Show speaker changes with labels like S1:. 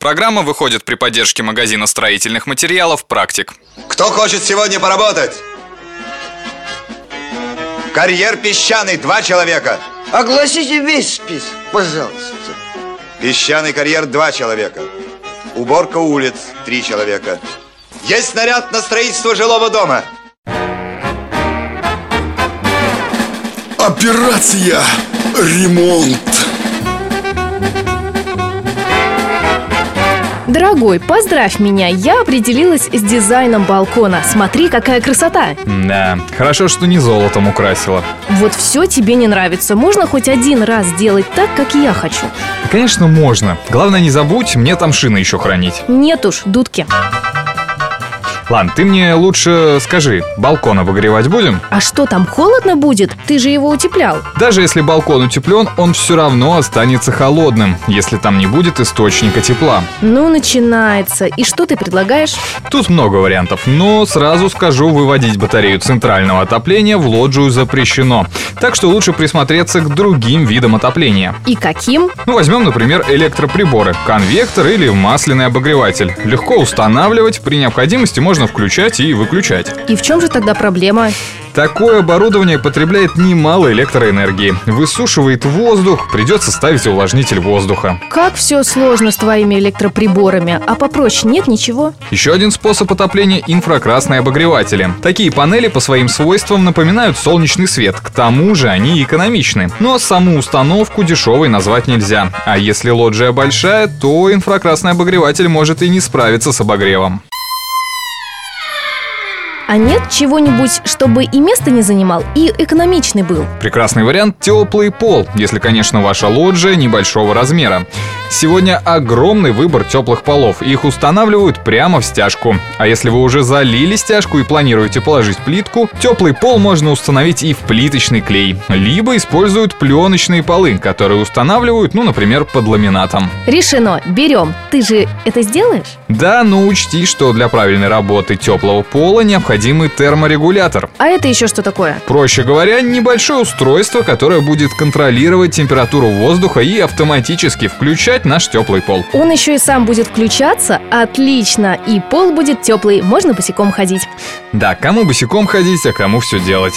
S1: Программа выходит при поддержке магазина строительных материалов «Практик».
S2: Кто хочет сегодня поработать? Карьер песчаный, два человека.
S3: Огласите весь список, пожалуйста.
S2: Песчаный карьер, два человека. Уборка улиц, три человека. Есть снаряд на строительство жилого дома.
S4: Операция «Ремонт».
S5: Дорогой, поздравь меня, я определилась с дизайном балкона. Смотри, какая красота.
S1: Да, хорошо, что не золотом украсила.
S5: Вот все тебе не нравится. Можно хоть один раз сделать так, как я хочу?
S1: Конечно, можно. Главное, не забудь, мне там шины еще хранить.
S5: Нет уж, дудки.
S1: Ладно, ты мне лучше скажи, балкон обогревать будем?
S5: А что там, холодно будет? Ты же его утеплял.
S1: Даже если балкон утеплен, он все равно останется холодным, если там не будет источника тепла.
S5: Ну, начинается. И что ты предлагаешь?
S1: Тут много вариантов, но сразу скажу, выводить батарею центрального отопления в лоджию запрещено. Так что лучше присмотреться к другим видам отопления.
S5: И каким?
S1: Ну, возьмем, например, электроприборы, конвектор или масляный обогреватель. Легко устанавливать, при необходимости можно включать и выключать.
S5: И в чем же тогда проблема?
S1: Такое оборудование потребляет немало электроэнергии, высушивает воздух, придется ставить увлажнитель воздуха.
S5: Как все сложно с твоими электроприборами, а попроще нет ничего?
S1: Еще один способ отопления – инфракрасные обогреватели. Такие панели по своим свойствам напоминают солнечный свет, к тому же они экономичны. Но саму установку дешевой назвать нельзя. А если лоджия большая, то инфракрасный обогреватель может и не справиться с обогревом.
S5: А нет чего-нибудь, чтобы и место не занимал, и экономичный был?
S1: Прекрасный вариант – теплый пол, если, конечно, ваша лоджия небольшого размера. Сегодня огромный выбор теплых полов, их устанавливают прямо в стяжку. А если вы уже залили стяжку и планируете положить плитку, теплый пол можно установить и в плиточный клей. Либо используют пленочные полы, которые устанавливают, ну, например, под ламинатом.
S5: Решено, берем. Ты же это сделаешь?
S1: Да, но учти, что для правильной работы теплого пола необходимый терморегулятор.
S5: А это еще что такое?
S1: Проще говоря, небольшое устройство, которое будет контролировать температуру воздуха и автоматически включать наш теплый пол.
S5: Он еще и сам будет включаться? Отлично! И пол будет теплый, можно босиком ходить.
S1: Да, кому босиком ходить, а кому все делать.